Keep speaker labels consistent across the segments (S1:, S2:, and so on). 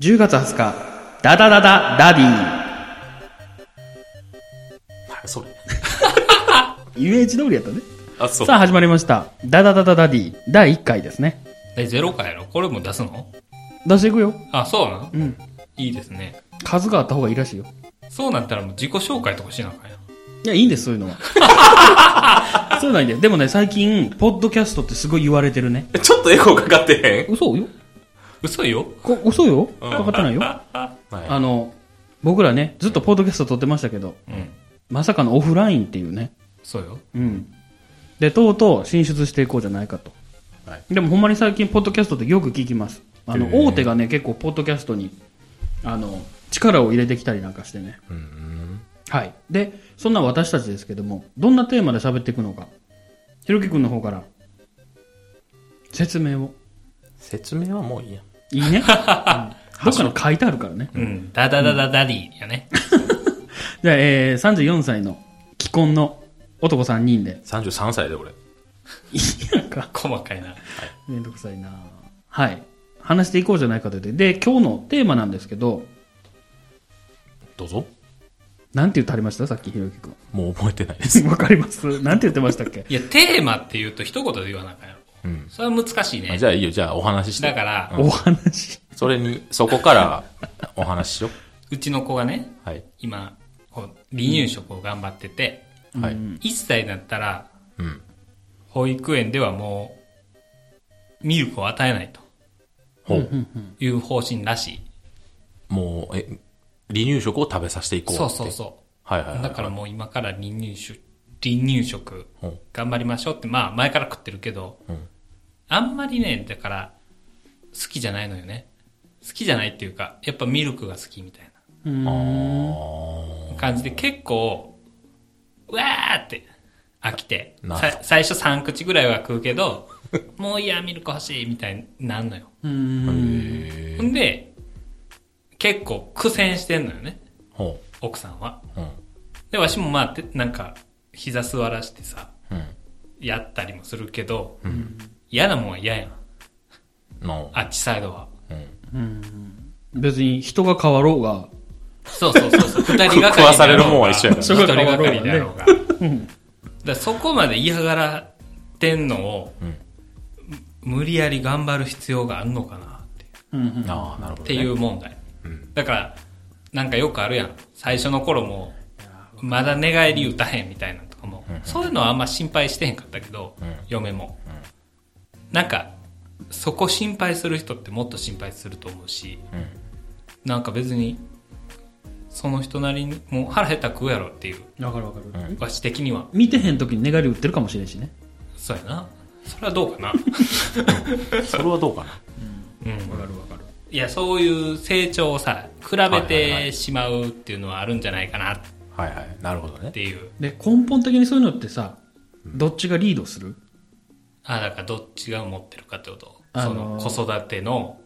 S1: 10月20日、ダダダダダディ。
S2: それ。
S1: イメージ通りやったね。
S2: あ、そう
S1: さ。あ始まりました。ダダダダダディ、第1回ですね。
S2: え、ゼロ回やろこれも出すの
S1: 出していくよ。
S2: あ、そうなの
S1: うん。
S2: いいですね。
S1: 数があった方がいいらしいよ。
S2: そうなったらもう自己紹介とかしなあかんやん。
S1: いや、いいんです、そういうのは。 そういうのはいいんだよ。でもね、最近、ポッドキャストってすごい言われてるね。
S3: ちょっとエコーかかってへん
S1: 嘘よ
S2: 嘘よ
S1: こ嘘よかかってないよ。
S3: はい
S1: あの、僕らね、ずっとポッドキャスト撮ってましたけど、
S2: うん。
S1: まさかのオフラインっていうね。
S2: そうよ。
S1: うん。で、とうとう進出していこうじゃないかと。
S3: はい
S1: でもほんまに最近、ポッドキャストってよく聞きます。あの
S3: へ、ー
S1: 大手がね、結構、ポッドキャストに、あの、力を入れてきたりなんかしてね。はい。で、そんな私たちですけども、どんなテーマで喋っていくのか、ひろきくんの方から、説明を。
S3: 説明はもういいやん
S1: いい ね。うんどっかに書いてあるからね。
S2: うん。ダダダダダディやね。
S1: じゃあ、えー、34歳の既婚の男3人で。
S3: 33歳で俺
S1: いいやんか。
S2: 細かいな。
S1: めんどくさいなはい。話していこうじゃないかということで。で、今日のテーマなんですけど、
S3: どうぞ
S1: なんて言ってありましたさっきひろゆきく
S3: もう覚えてないです
S1: ん。 わかりますなんて言ってましたっけ
S2: いや、テーマって言うと一言で言わなあかんやろ。
S3: うん
S2: それは難しいね
S3: あ。じゃあいいよじゃあお話しして
S2: だから、
S1: お話。
S3: それにそこからお話ししよ
S2: うちの子がね、
S3: うはい
S2: 今、こう離乳食を頑張ってて、
S3: はい
S2: 1歳になったら、
S3: うん
S2: 保育園ではもう、ミルクを与えないと
S3: ほう、
S2: いう方針らしい。
S3: もうえ離乳食を食べさせていこうって
S2: そうそうそう。
S3: はいはいはい
S2: だからもう今から離乳食、離乳食
S3: うん、
S2: 頑張りましょうって、まあ前から食ってるけど、
S3: ん
S2: あんまりね、だから、好きじゃないのよね。好きじゃないっていうか、やっぱミルクが好きみたいな感じで結構、うわーって飽きて、
S3: な
S2: さ最初3口ぐらいは食うけど、 もういいや、ミルク欲しいみたいになんのよ。ほんで、結構苦戦してんのよね、
S3: ほ
S2: 奥さんは。
S3: ううん
S2: で、わしもまあ、てなんか、膝座らしてさ、
S3: うん
S2: やったりもするけど、嫌なもんは嫌やん。
S3: の
S2: あっちサイドは。
S1: 別に人が変わろうが、
S2: そうそうそうそう。二人がかりであろうが。
S3: 食わされるもんは一緒やから
S2: 一人がかりであろうが。だか
S1: うん。
S2: らそこまで嫌がらってんのを、
S3: うん
S2: 無理やり頑張る必要があるのかなって
S1: うんうん。
S3: ああなるほど、ね、
S2: っていう問題。だから、なんかよくあるやん。最初の頃も、まだ寝返り打たへんみたいなのとかも、そういうのはあんま心配してへんかったけど、嫁も、なんか、そこ心配する人ってもっと心配すると思うし、なんか別に、その人なりに、もう腹減ったら食うやろっていう、
S1: わかるわかる。
S2: わし的には、
S1: 見てへん時に寝返り打ってるかもしれんしね。
S2: そうやな。それはどうか な。
S3: それはどうかな
S2: うん
S1: わかるわかる。
S2: いや、そういう成長をさ、比べ
S3: はいはいは
S2: てしまうっていうのはあるんじゃないかなっ
S3: はいはいなるほどね
S2: ていう。
S1: で、根本的にそういうのってさ、どっちがリードする
S2: あ、だからどっちが持ってるかってこと。
S1: あ
S2: そ
S1: の
S2: の
S1: ー
S2: 子育ての、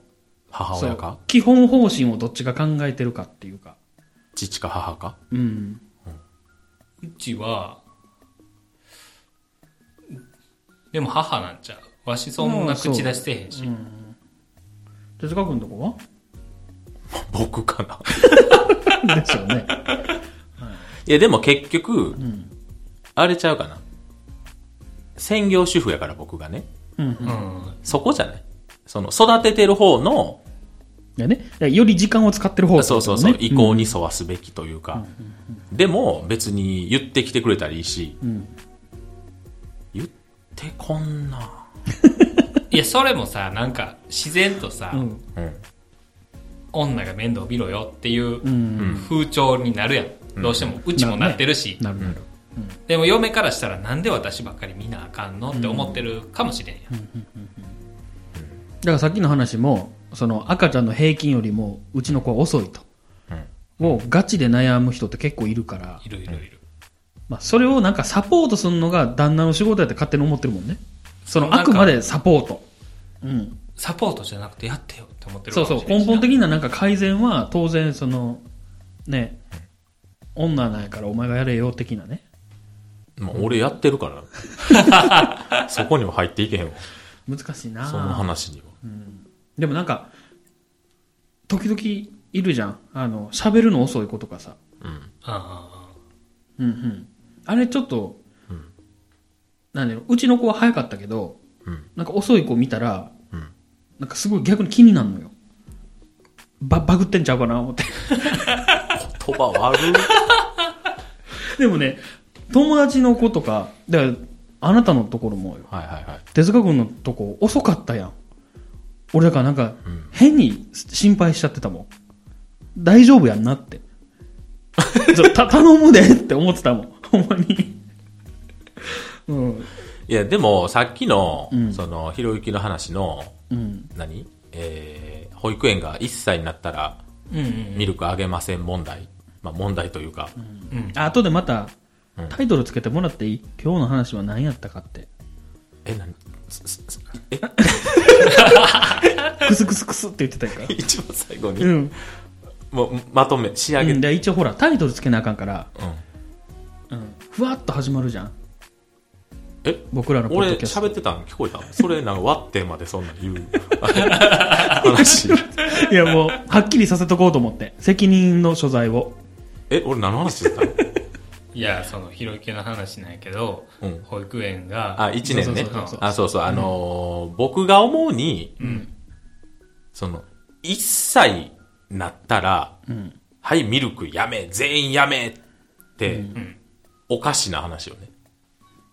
S3: 母
S1: そ
S3: 親
S1: う
S3: か
S1: 基本方針をどっちが考えてるかっていうか。
S3: 父か母か
S1: うん。
S2: うちは、でも母なんちゃう。わしそんな口出してへんし。
S1: 手塚君のとこは
S3: 僕かな
S1: でしょうね。
S3: いや、でも結局、あれちゃうかな。専業主婦やから僕がね。
S2: うん。
S3: そこじゃないその、育ててる方の、
S1: いやね、だからより時間を使ってる方が、
S3: そうそうそう、
S1: ね
S3: 意向に沿わすべきというか。でも、別に言ってきてくれたらいいし、言ってこんな。
S2: いや、それもさ、なんか自然とさ、
S1: うん
S3: うん。
S2: 女が面倒見ろよっていう
S1: うん
S2: 風潮になるやん。どうしても、うちもなってるし。
S1: なるなる。
S2: でも嫁からしたらなんで私ばっかり見なあかんのって思ってるかもしれんや
S1: だ
S2: ん。
S1: からさっきの話も、その赤ちゃんの平均よりもうちの子は遅いと。をガチで悩む人って結構いるから、
S2: いるいるいる。
S1: まあ、それをなんかサポートするのが旦那の仕事やって勝手に思ってるもんね。その
S2: なんか
S1: あくまでサポート。うん。
S2: サポートじゃなくてやってよって思ってるか
S1: そう
S2: もし
S1: そ
S2: れ
S1: う。
S2: んし
S1: 根
S2: な
S1: 本的ななんか改善は当然その、ね、女なんやからお前がやれよ的なね。
S3: もう俺やってる から。そこにも入っていけへんわ。
S1: 難しいなぁ
S3: その話には。
S1: でもなんか、時々いるじゃん。あの、喋るの遅い子とかさ。
S2: あ
S1: うんうん。あれちょっと、なんだろう、うちの子は早かったけど、
S3: うん
S1: なんか遅い子見たら、
S3: うん
S1: なんかすごい逆に気になるのよ。ば、バグってんちゃうかな思って。
S3: 言葉悪い。
S1: でもね、友達の子とか、だから、あなたのところもよ。
S3: はいはいはい。
S1: 手塚君のとこ遅かったやん。俺だからなんか、変に心配しちゃってたもん。大丈夫やんなって。 ちょた、頼むでって思ってたもん。ほんまに。 うん。
S3: いや、でも、さっきの、
S1: うん
S3: その、ひろゆきの話の、
S1: うん。
S3: 何えー、保育園が1歳になったら、
S2: あうんうん
S3: ミルクあげません問題。まあ、問題というか、
S2: うん
S1: あとでまた
S3: うん、
S1: タイトルつけてもらっていい今日の話は何やったかって。
S3: え、何すすす え、。
S1: クスクスクスって言ってたやんか
S3: 一番最後に、
S1: うん。
S3: もう、まとめ、仕上げ
S1: うん、
S3: て、
S1: で一応ほら、タイトルつけなあかんから、
S3: うん。
S1: うん、ふわっと始まるじゃん。
S3: え
S1: 僕らのポッ
S3: 俺
S1: ドキャスト。
S3: 喋ってたん聞こえたそれなんか割ってまでそんなん言 う話
S1: いやもう、はっきりさせとこうと思って。責任の所在を。
S3: え俺何の話してたの
S2: いやそのひろゆきの話なんやけど、
S3: うん
S2: 保育園が
S3: あ1年ね
S2: そうそうそうそう
S3: あそうそうあのー僕が思うに、
S2: ん
S3: その1歳なったら、
S1: うん。
S3: はいミルクやめ全員やめって、
S2: ん
S3: おかしな話よね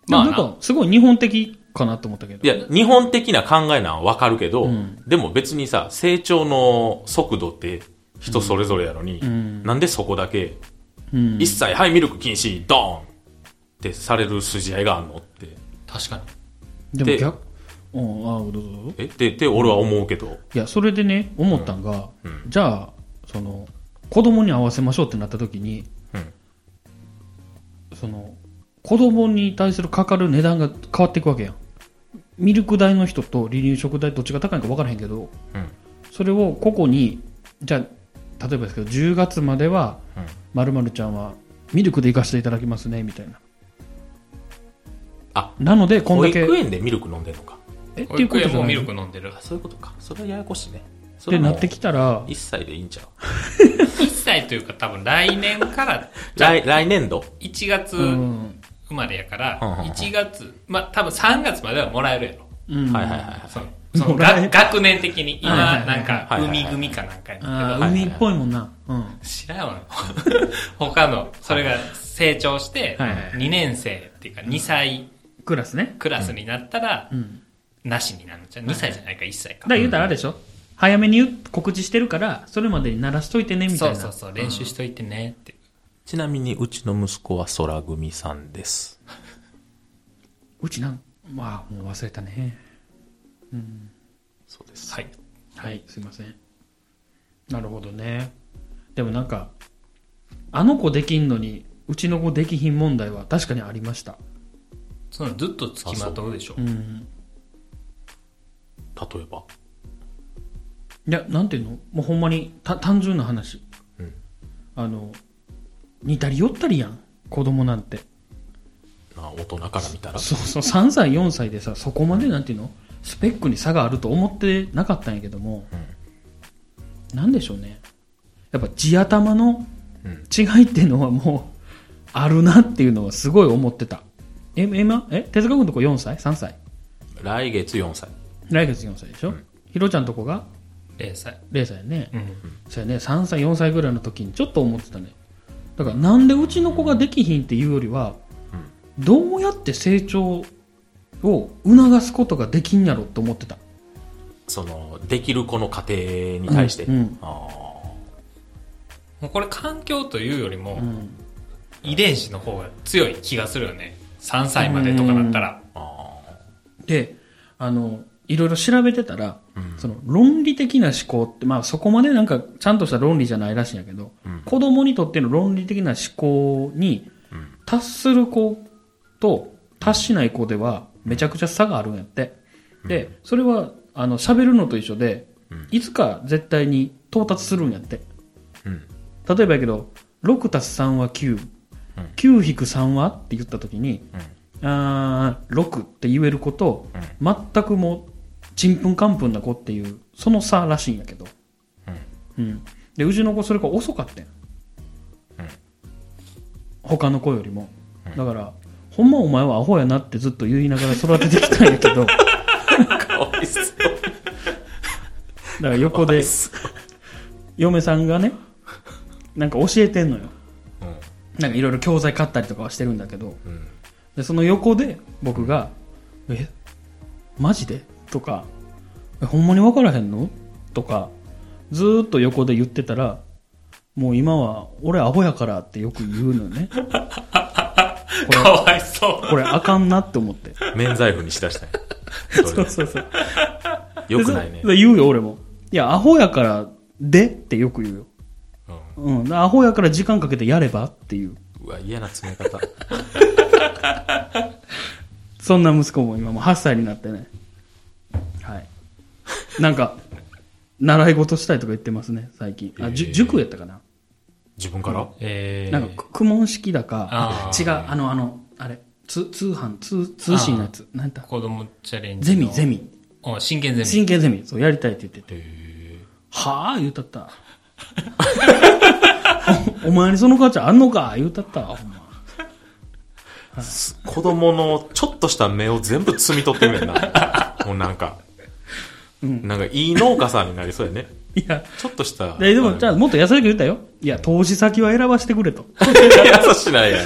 S1: まあ、
S2: まあ
S1: なんか、すごい日本的かなと思ったけど。
S3: いや日本的な考えなんはわかるけど、
S1: うん
S3: でも別にさ成長の速度って人それぞれやのに、
S1: ん
S3: なんでそこだけ
S1: うん。
S3: 一切、はい、ミルク禁止、ドーンってされる筋合いがあんのって。
S2: 確かに
S1: でも
S3: で
S1: 逆、うん、あどうぞどうぞ。
S3: えって、って俺は思うけど。
S1: いや、それでね、思ったんが、
S3: うんう
S1: じゃあ、その、子供に合わせましょうってなった時に、
S3: うん
S1: その、子供に対するかかる値段が変わっていくわけやん。ミルク代の人と離乳食代どっちが高いのか分からへんけど、
S3: うん
S1: それを個々に、じゃあ、例えばですけど、10月までは
S3: うん、
S1: まるまるちゃんはミルクで行かせていただきますね、みたいな。
S3: あ
S1: なので、こん
S3: 保
S1: だけ
S3: 育、園でミルク飲んでるのか。
S1: え、って
S2: 保
S1: いうことじ
S2: 育園
S1: ゃ
S2: も
S1: な
S2: ミ
S1: い
S2: ル
S1: っ
S2: ク飲んでる
S3: あ、そういうことか。それはややこしいね。そ
S1: て
S3: れ
S1: なってきたら、
S3: 1歳でいいんちゃう
S2: 1歳というか多分来年から
S3: 来、来年度
S2: 1月
S1: うん。
S2: 生まれやから
S3: うんうんうん
S2: 1月まあ多分3月まではもらえるやろ
S1: うん
S3: はいはいはいはい。
S2: そのそ の
S1: もらえ
S2: が学年的に今
S1: はいはいはい
S2: なんか
S3: はいはいはい
S2: 海組かなんかやねんけど
S1: あ
S3: は
S1: あ、
S3: いはいはい
S1: 海っぽいもんな。うん。
S2: 知らんわ 他のそれが成長して
S1: はいはい
S2: 2年生っていうか2歳
S1: クラスね。
S2: クラスになったら
S1: うん。
S2: なしになるんじゃん2歳じゃないか1歳
S1: だ
S2: か
S1: から言うたらあれでしょ、早めに言う告知してるから、それまでに鳴らしといてね、みたい
S2: そう
S1: な。
S2: そうそう練習しといてねって
S3: ちなみに、うちの息子は空組さんです。
S1: うちなん、まあ、もう忘れたね。
S3: そうです。
S2: はい
S1: はい、すいません。なるほどね。でもなんか、あの子できんのに、うちの子できひん問題は確かにありました。
S2: そのずっと付きまとうでしょ
S1: うん。
S3: 例えば。
S1: いや、なんていうのもうほんまに、た、単純な話。
S3: うん
S1: あの、似たり寄ったりやん。子供なんて。
S3: なあ大人から見たら。
S1: そうそう、3歳、4歳でさ、そこまでなんていうの、スペックに差があると思ってなかったんやけども、なんでしょうね。やっぱ地頭の
S3: うん
S1: 違いっていうのはもう、あるなっていうのはすごい思ってた。え、今、え、手塚君のとこ4歳 ?3 歳
S3: 来月4歳。
S1: 来月4歳でしょ、ひろちゃんとこが
S2: 0歳
S1: 0歳やね。
S2: うん
S1: そうやね、3歳、4歳ぐらいの時にちょっと思ってたね。だからなんでうちの子ができひんっていうよりは、どうやって成長を促すことができんやろって思ってた。
S3: その、できる子の家庭に対して。
S1: うん
S3: あ
S2: もうこれ環境というよりも、
S1: ん
S2: 遺伝子の方が強い気がするよね3歳までとかだったら
S3: ーあ
S1: で、あの、いろいろ調べてたら、その論理的な思考って、まあそこまでなんかちゃんとした論理じゃないらしいんやけど、子供にとっての論理的な思考に達する子と達しない子ではめちゃくちゃ差があるんやって。で、それはあの喋るのと一緒で、いつか絶対に到達するんやって。
S3: ー。うん。
S1: 例えばやけど、6たす3は9、9引く3はって言ったときに、あー6って言える子と、全くもう、ちんぷんかんぷんな子っていう、その差らしいんやけど、うん、でうちの子それが遅かったん、他の子よりも、だからほんまお前はアホやなってずっと言いながら育ててきたんやけどだか
S3: かわいそう。
S1: ら横
S3: かわ
S1: で
S3: いそう
S1: 嫁さんがねなんか教えてんのよ
S3: うん
S1: なんかいろいろ教材買ったりとかはしてるんだけど
S3: うん
S1: でその横で僕が「えマジで?」とかえ「ほんまに分からへんの?」とかずーっと横で言ってたら「もう今は俺アホやから」ってよく言うのよねこれ
S2: かわいそう。
S1: これあかんなって思って
S3: 免罪符にしだしたん
S1: そ
S3: やそ
S1: そ
S3: う
S1: うそう
S3: れ。よくないね
S1: で。そで言うよ俺も「いやアホやからで」ってよく言うよ
S3: うん
S1: うん、でアホやから時間かけてやればっていう
S3: うわ、嫌な詰め方。
S1: そんな息子も今もう8歳になってね。はい。なんか、習い事したいとか言ってますね、最近。あ、じゅ
S3: えー
S1: 塾やったかな、
S3: 自分から
S2: え
S1: なんか、く、苦問式だか
S2: あ、
S1: 違う、
S2: ー
S1: あの、あの、あれ、通、通販、通、通信のやつ。なんだ
S2: 子供チャレンジ
S1: ゼ
S2: の。
S1: ミ、ゼミ。
S2: お。真剣ゼミ。
S1: 真剣ゼミ。そう、やりたいって言ってて。
S3: へ
S1: はぁ言うたった。 おお前にその価値あんのか言うたった。ほんま。
S3: ー子供のちょっとした目を全部摘み取ってんねんな。 もうなんか。なんかいい農家さんになりそうやね。
S1: いや、
S3: ちょっとした。
S1: ででも、じゃ
S3: あ
S1: あ、もっと優しく言ったよ。いや、投資先は選ばしてくれと。
S3: の、優しないや。
S1: い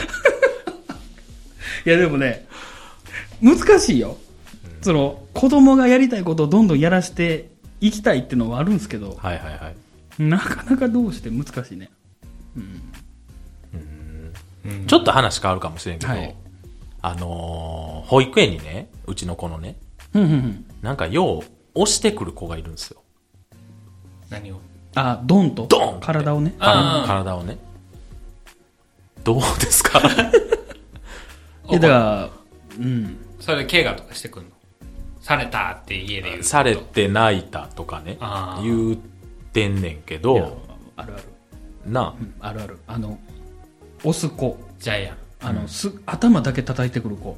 S1: やでもね、難しいよ。その、子供がやりたいことをどんどんやらしていきたいっていうのはあるんですけど、
S3: はいはいはい。
S1: なかなかどうして難しいね。
S3: ちょっと話変わるかもしれんけど、
S1: はい
S3: あのー保育園にね、うちの子のね、
S1: うんうんうん。
S3: なんかよう押してくる子がいるんですよ。
S2: 何を
S1: あ、ドンと。
S3: ドンって
S1: 体をね。
S2: あー
S3: 体をね。どうです か
S1: いやだから、うん。
S2: それで怪我とかしてくんのされたって家で言う。
S3: されて泣いたとかね
S2: あ、ー
S3: 言ってんねんけ
S1: いや
S3: ど、
S1: あるある。
S3: な
S1: う、んあるある。あの、押す子。
S2: ジャイアン。
S1: あの、す、頭だけ叩いてくる子。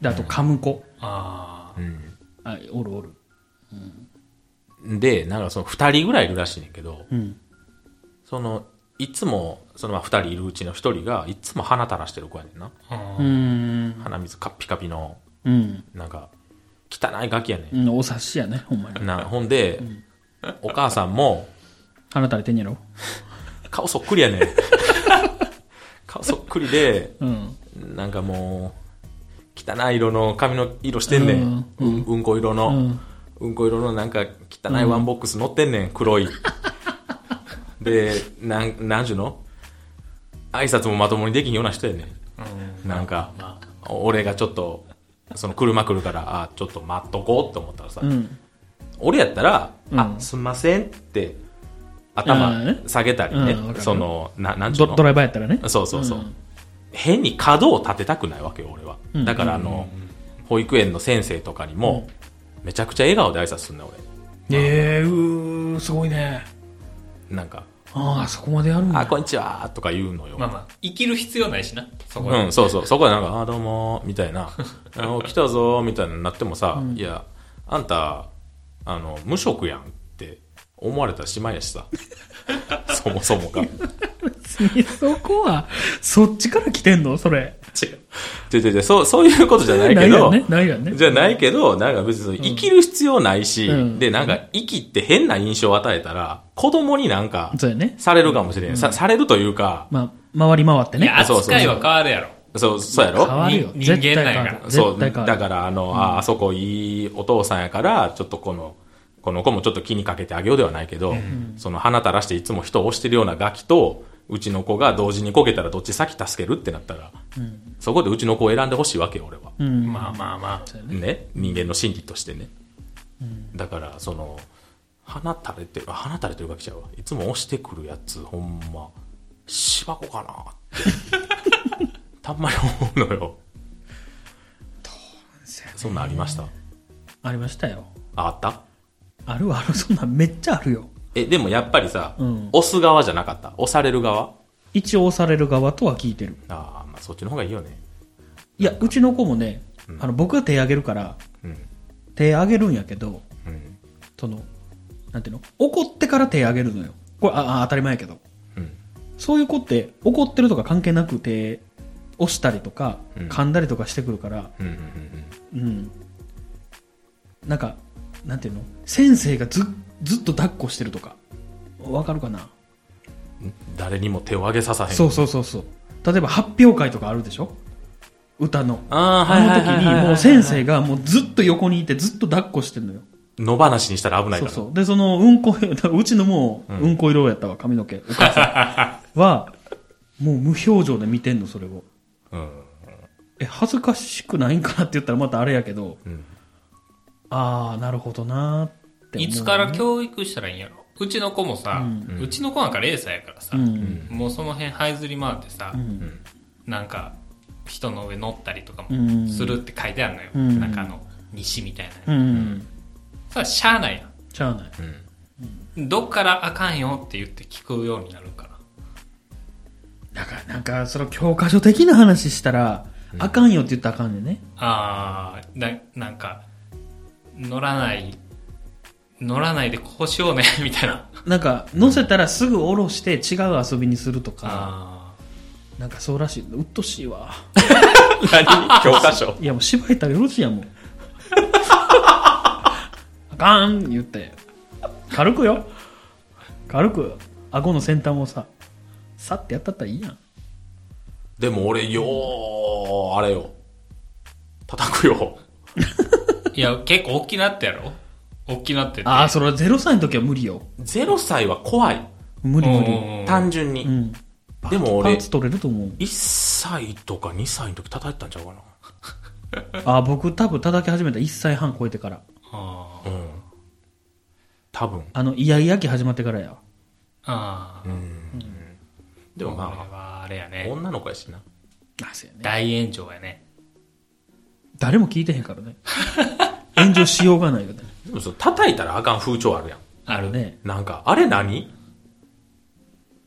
S1: で、あと噛む子。
S2: あ
S3: うん
S1: あ、おるおる。
S3: で、なんかその二人ぐらいいるらしいねんけど、
S1: うん。
S3: その、いつも、そのまあ二人いるうちの一人が、いつも鼻垂らしてる子やねんな。
S2: あ。あ
S1: うーん。
S3: 鼻水カッピカピの、
S1: うん。
S3: なんか、汚いガキやねん
S1: うん、お察しやね、ほんまに。
S3: な、ほんで、お母さんも、
S1: 放たれてんやろ
S3: 顔そっく りやねん。顔そっくりで、
S1: うん。
S3: なんかもう、汚い色の髪の色してんねん。
S1: う
S3: うん、うんこ色の、う
S1: うんん、
S3: こ色のなんか汚いワンボックス乗ってんねん、黒い。 で、なん、なんちゅうの挨拶もまともにできんような人やねん。なんか、俺がちょっと、その車来るから、あ、ちょっと待っとこうって思ったらさ、
S1: うん。
S3: 俺やったら、
S1: うん
S3: あ、すんませんって、
S1: あーね
S3: 頭下げたりね、
S1: うんわかる
S3: その、ななんちゅう
S1: ド
S3: の
S1: ドライバーやったらね。
S3: そうそうそう、
S1: うん
S3: 変に角を立てたくないわけよ、俺は。
S1: うん
S3: だから、あの、保育園の先生とかにも、めちゃくちゃ笑顔で挨拶すんねん、俺。
S1: ええうー、すごいね。
S3: なんか、
S1: ああ、そこまでやるん
S3: あ、
S1: だ。
S3: こんにちはとか言うのよ。
S2: まあまあ、生きる必要ないしな。そこで。
S3: うん、そうそう。そこでなんか、あ、どうも、みたいな、あの来たぞ、みたいになってもさ、いや、あんた、あの、無職やんって思われたらしまいやしさ。そもそもが。
S1: そこは、そっちから来てんのそれ。
S3: 違う。違う違う違うそう、そういうことじゃない
S1: な
S3: けど、
S1: いやんね。ないやんね。
S3: じゃないけど、なんか別にその生きる必要ないし、
S1: うん
S3: で、なんか生きって変な印象を与えたら、子供になんか、
S1: そうやね。
S3: されるかもしれん。さ、されるというか、
S1: まあ、回り回って
S2: い
S1: ね
S2: や、。
S3: そうそうそう
S2: 扱いは変わるやろ。
S3: そう、そうや
S1: 変
S3: ろ
S1: わるよ。
S2: に
S1: 絶対
S2: 人間なん
S1: 変
S2: や
S1: わ
S2: か
S1: る。
S3: そ
S1: 絶
S3: う、だ
S1: 対変わ
S3: か
S1: る。
S3: ら、あの、あ、あそこいいお父さんやから、ちょっとこの、この子もちょっと気にかけてあげようではないけど、その鼻垂らしていつも人を押してるようなガキと、うちの子が同時にこけたらどっち先助けるってなったら、そこでうちの子を選んでほしいわけよ、俺は。
S1: うん。
S2: まあまあまあ。
S3: ね、人間の心理としてね、だからその花垂れてるあ花垂れてるわけちゃうわいつも押してくるやつほんま芝子かなって たんまり思うのよそんなんありました
S1: ありましたよ。
S3: ああった
S1: あるわある。そんなんめっちゃあるよ。
S3: えでもやっぱりさ、
S1: うん
S3: 押す側じゃなかった押される側
S1: 一応押される側とは聞いてる。
S3: ああまあそっちの方がいいよね
S1: いや、うちの子もね、あの、僕が手あげるから、
S3: うん
S1: 手あげるんやけど、
S3: うん
S1: その、なんていうの怒ってから手あげるのよ。これああ当たり前やけど
S3: うん
S1: そういう子って怒ってるとか関係なくて押したりとか
S3: うん
S1: 噛んだりとかしてくるから、
S3: うんうんうん
S1: うん、なんかなんていうの先生がずずっと抱っこしてるとかわかるかな
S3: うん誰にも手を挙げささへん
S1: そうそうそうそう例えば発表会とかあるでしょ歌の
S3: あーはいはい
S1: あの
S3: はいはい
S1: 時
S3: はい
S1: にもう先生がもうずっと横にいてずっと抱っこしてるのよ
S3: 野放しにしたら危ない
S1: そ
S3: か
S1: う
S3: ら
S1: そうでそのうんこ うちのもううんこ色やったわ髪の毛お母さんはもう無表情で見てんのそれを
S3: うん
S1: え恥ずかしくないんかなって言ったらまたあれやけど
S3: うん
S1: ああなるほどなーって思う、
S2: いつから教育したらいいんやろうちの子もさ、うちの子なんか0歳やからさ、
S1: うん
S2: もうその辺這いずり回ってさ、
S1: うん
S2: なんか人の上乗ったりとか
S1: う
S2: も
S1: ん
S2: するって書いてあるのよ、
S1: うん
S2: なんかあの西みたいな
S1: う
S2: の、
S1: ん
S2: それはしゃあないや
S1: しゃあない
S2: んどっからあかんよって言って聞くようになるから
S1: だからなんかその教科書的な話したら、あかんよって言ったらあかんねんね
S2: ああななんか乗らない乗らないでこうしようねみたいな
S1: なんか乗せたらすぐ下ろして違う遊びにするとか
S2: あ
S1: なんかそうらしい鬱陶しいわ
S3: 何教科書
S1: いやもう芝居たらよろしいやんもうあかん言って軽くよ軽く顎の先端をささってやったったらいいやん
S3: でも俺よーあれよ叩くよ
S2: ーいや結構大きなってやろ大きなってて
S1: ああそれは0歳の時は無理よ
S3: 0歳は怖い
S1: 無理無理
S2: うん
S3: 単純
S1: う
S3: に
S1: ん
S3: でも
S1: パ
S3: 俺
S1: ンツ取れると思う
S3: 1歳とか2歳の時叩いてたんちゃうかな
S1: あー僕多分叩き始めた1歳半超えてから
S2: あ
S3: うん多分
S1: あのイヤイヤ期始まってからや
S2: ーあー、
S3: でも
S2: こ
S3: ま
S2: れはあれや
S3: あ
S2: ね
S3: 女の子やしな
S1: あそうやね
S2: 大炎上やね
S1: 誰も聞いてへんからね炎上しようがないよね
S3: でもそう叩いたらあかん風潮あるやん
S2: ある
S1: ね
S3: なんかあれ何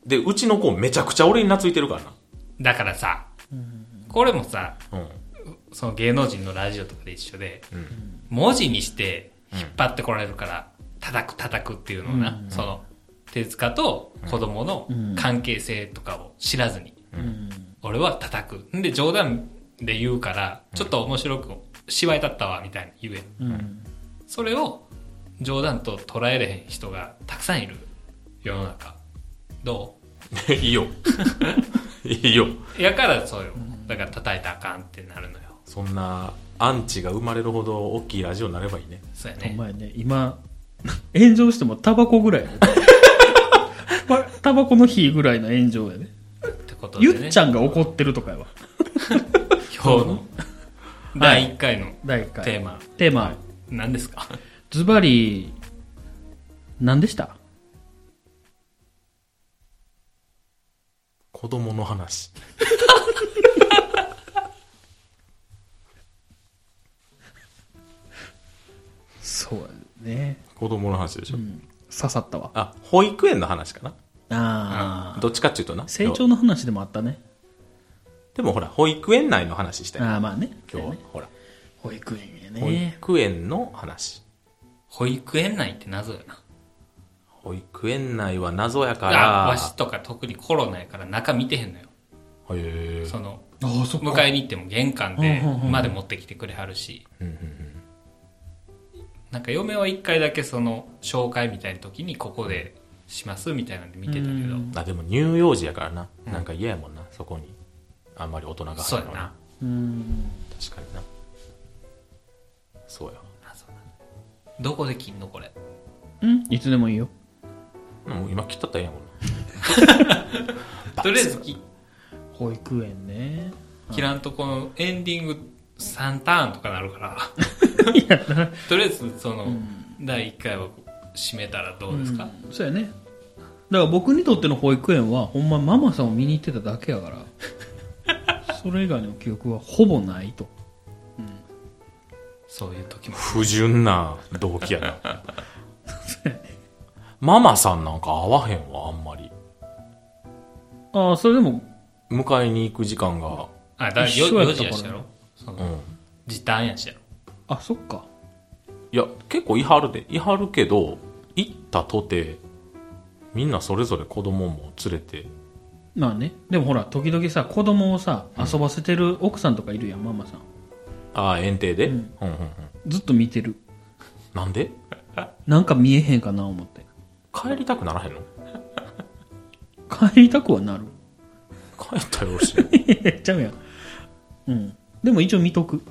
S3: でうちの子めちゃくちゃ俺に懐いてるから
S2: だからさ、これもさ
S3: なうん
S2: その芸能人のラジオとかで一緒で、文字にして引っ張ってこられるから、叩く叩くっていうのをな、その、手塚と子供の関係性とかを知らずに、俺は叩く。んで、冗談で言うから、ちょっと面白く、芝居だったわ、みたいに言え。
S1: うん
S2: それを冗談と捉えれへん人がたくさんいる、世の中。ど
S3: いいよいいよ
S2: うやからそうよ。だから叩いたらあかんってなるのよ。
S3: そんなアンチが生まれるほど大きいラジオになればいいね
S2: そうや
S1: ほん
S2: ね。
S1: まやね今 炎上してもタバコぐらいやね これタバコの火ぐらいの炎上やね
S2: ってことで
S1: ゆ
S2: ね。
S1: っちゃんが怒ってるとかやわ
S2: 今 日の第1回の
S1: 第1回
S2: テーマ、
S1: テーマ、
S2: 何ですか
S1: ズバリ何でした
S3: 子供の話
S1: そうやね
S3: 子供の話でしょ、
S1: 刺さったわ
S3: あ保育園の話か
S1: あ
S3: な
S1: あ
S3: どっちかっていうとな
S1: 成長の話でもあったね
S3: でもほら保育園内の話したい
S1: ああまあね
S3: 今日は
S1: ね
S3: ほら
S1: 保育園や
S3: 保
S1: ね
S3: 育園の話
S2: 保育園内って謎やな。
S3: 保育園内は謎やか
S2: あわ
S3: ら
S2: しとか特にコロナやから中見てへんのよ。
S3: へえ
S2: その、
S1: ああそっか
S2: 迎えに行っても玄関で
S1: うんうんうん
S2: まで持ってきてくれはるし。なんか嫁は一回だけその紹介みたいな時にここでしますみたいなんで見てたけど、
S3: あでも乳幼児やからな、なんか嫌やもんなそこにあんまり大人が入
S2: そうや
S3: るの
S2: な
S3: な。
S1: うん
S3: 確かになそうや
S2: 謎などこで切んのこれ。
S1: うんいつでもいいよ
S3: もう今切ったったらええやんもんな
S2: とりあえず切
S1: 保育園ね
S2: 切らんとこのエンディング3ターンとかなるから。とりあえず、その、第1回を締めたらどうですか、
S1: そうやねだから僕にとっての保育園はほんまママさんを見に行ってただけやから それ以外の記憶はほぼないと
S2: そういう時も。
S3: 不純な動機やなママさんなんか会わへんわあんまり
S1: ああそれでも
S3: 迎えに行く時間が
S2: あ、だ
S1: 一緒や
S2: 4,
S1: った
S2: 時
S1: から
S2: やしやろその、
S3: うん
S2: 時短やしやろ
S1: あそっか
S3: いや結構いはるでいはるけど行ったとてみんなそれぞれ子供も連れて
S1: まあねでもほら時々さ子供をさ遊ばせてる奥さんとかいるやんママさん
S3: ああ園庭で、うんうんうん、
S1: ずっと見てる
S3: なんで
S1: なんか見えへんかな思って
S3: 帰りたくならへんの
S1: 帰りたくはなる
S3: 帰ったよろしい
S1: い やちゃうやんうんでも一応見とく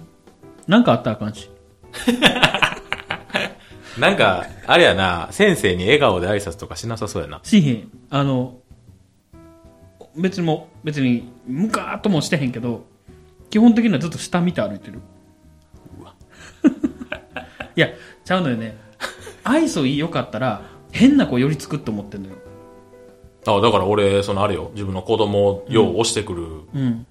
S1: なんかあったらあかんし
S3: なんかあれやな先生に笑顔で挨拶とかしなさそうやな
S1: しへんあの別にもう別にムカーっともしてへんけど基本的にはずっと下見て歩いてる いやちゃうのよね愛想良かったら変な子寄りつくって思ってんのよ
S3: あだから俺そのあれよ自分の子供をよう押してくる、
S1: うん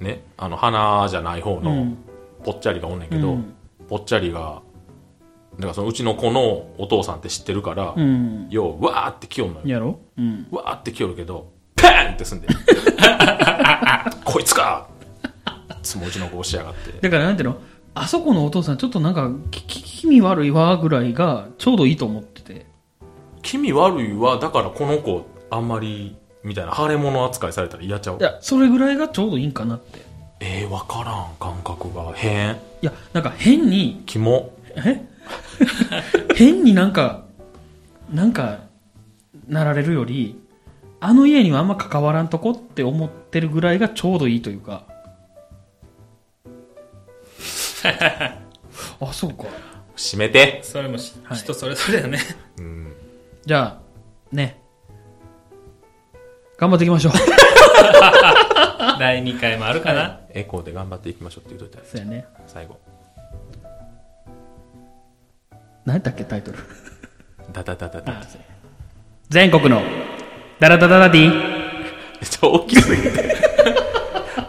S3: ねあの花じゃない方
S1: う
S3: の
S1: ん
S3: ぽっちゃりがおんねんけど、
S1: うん
S3: ぽっちゃりがだからそのうちの子のお父さんって知ってるから、
S1: うん
S3: ようわーって来よんのよ
S1: やろうん
S3: わーって来よるけどペーンってすんで こいつかいつもうちの子押しやがって
S1: だからなんていうのあそこのお父さんちょっとなんかきき気味悪いわぐらいがちょうどいいと思ってて
S3: 気味悪いはだからこの子あんまりみたいな腫れ物扱いされたら嫌ちゃう
S1: いやそれぐらいがちょうどいいんかなってい
S3: えー、分からん感覚が変
S1: やなんか変に
S3: キモ
S1: え変になんか、なんか、なられるより、あの家にはあんま関わらんとこって思ってるぐらいがちょうどいいという か。あ、そうか。
S3: 閉めて
S2: それもし、
S1: はい
S2: 人それぞれだね。
S3: うん
S1: じゃあ、ね。頑張っていきま しょう。
S2: 第2回もあるかな。
S3: エコーで頑張っていきましょうって言うとい
S1: そう
S3: た
S1: やね。
S3: 最後
S1: 何やったっけ、タイトル。
S3: ダダダダダ
S1: 全国の、ダラダダダディ、
S3: ちょ、大きす ぎて。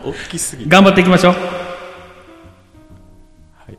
S3: 大きすぎて。
S1: 頑張っていきましょう。
S3: はい。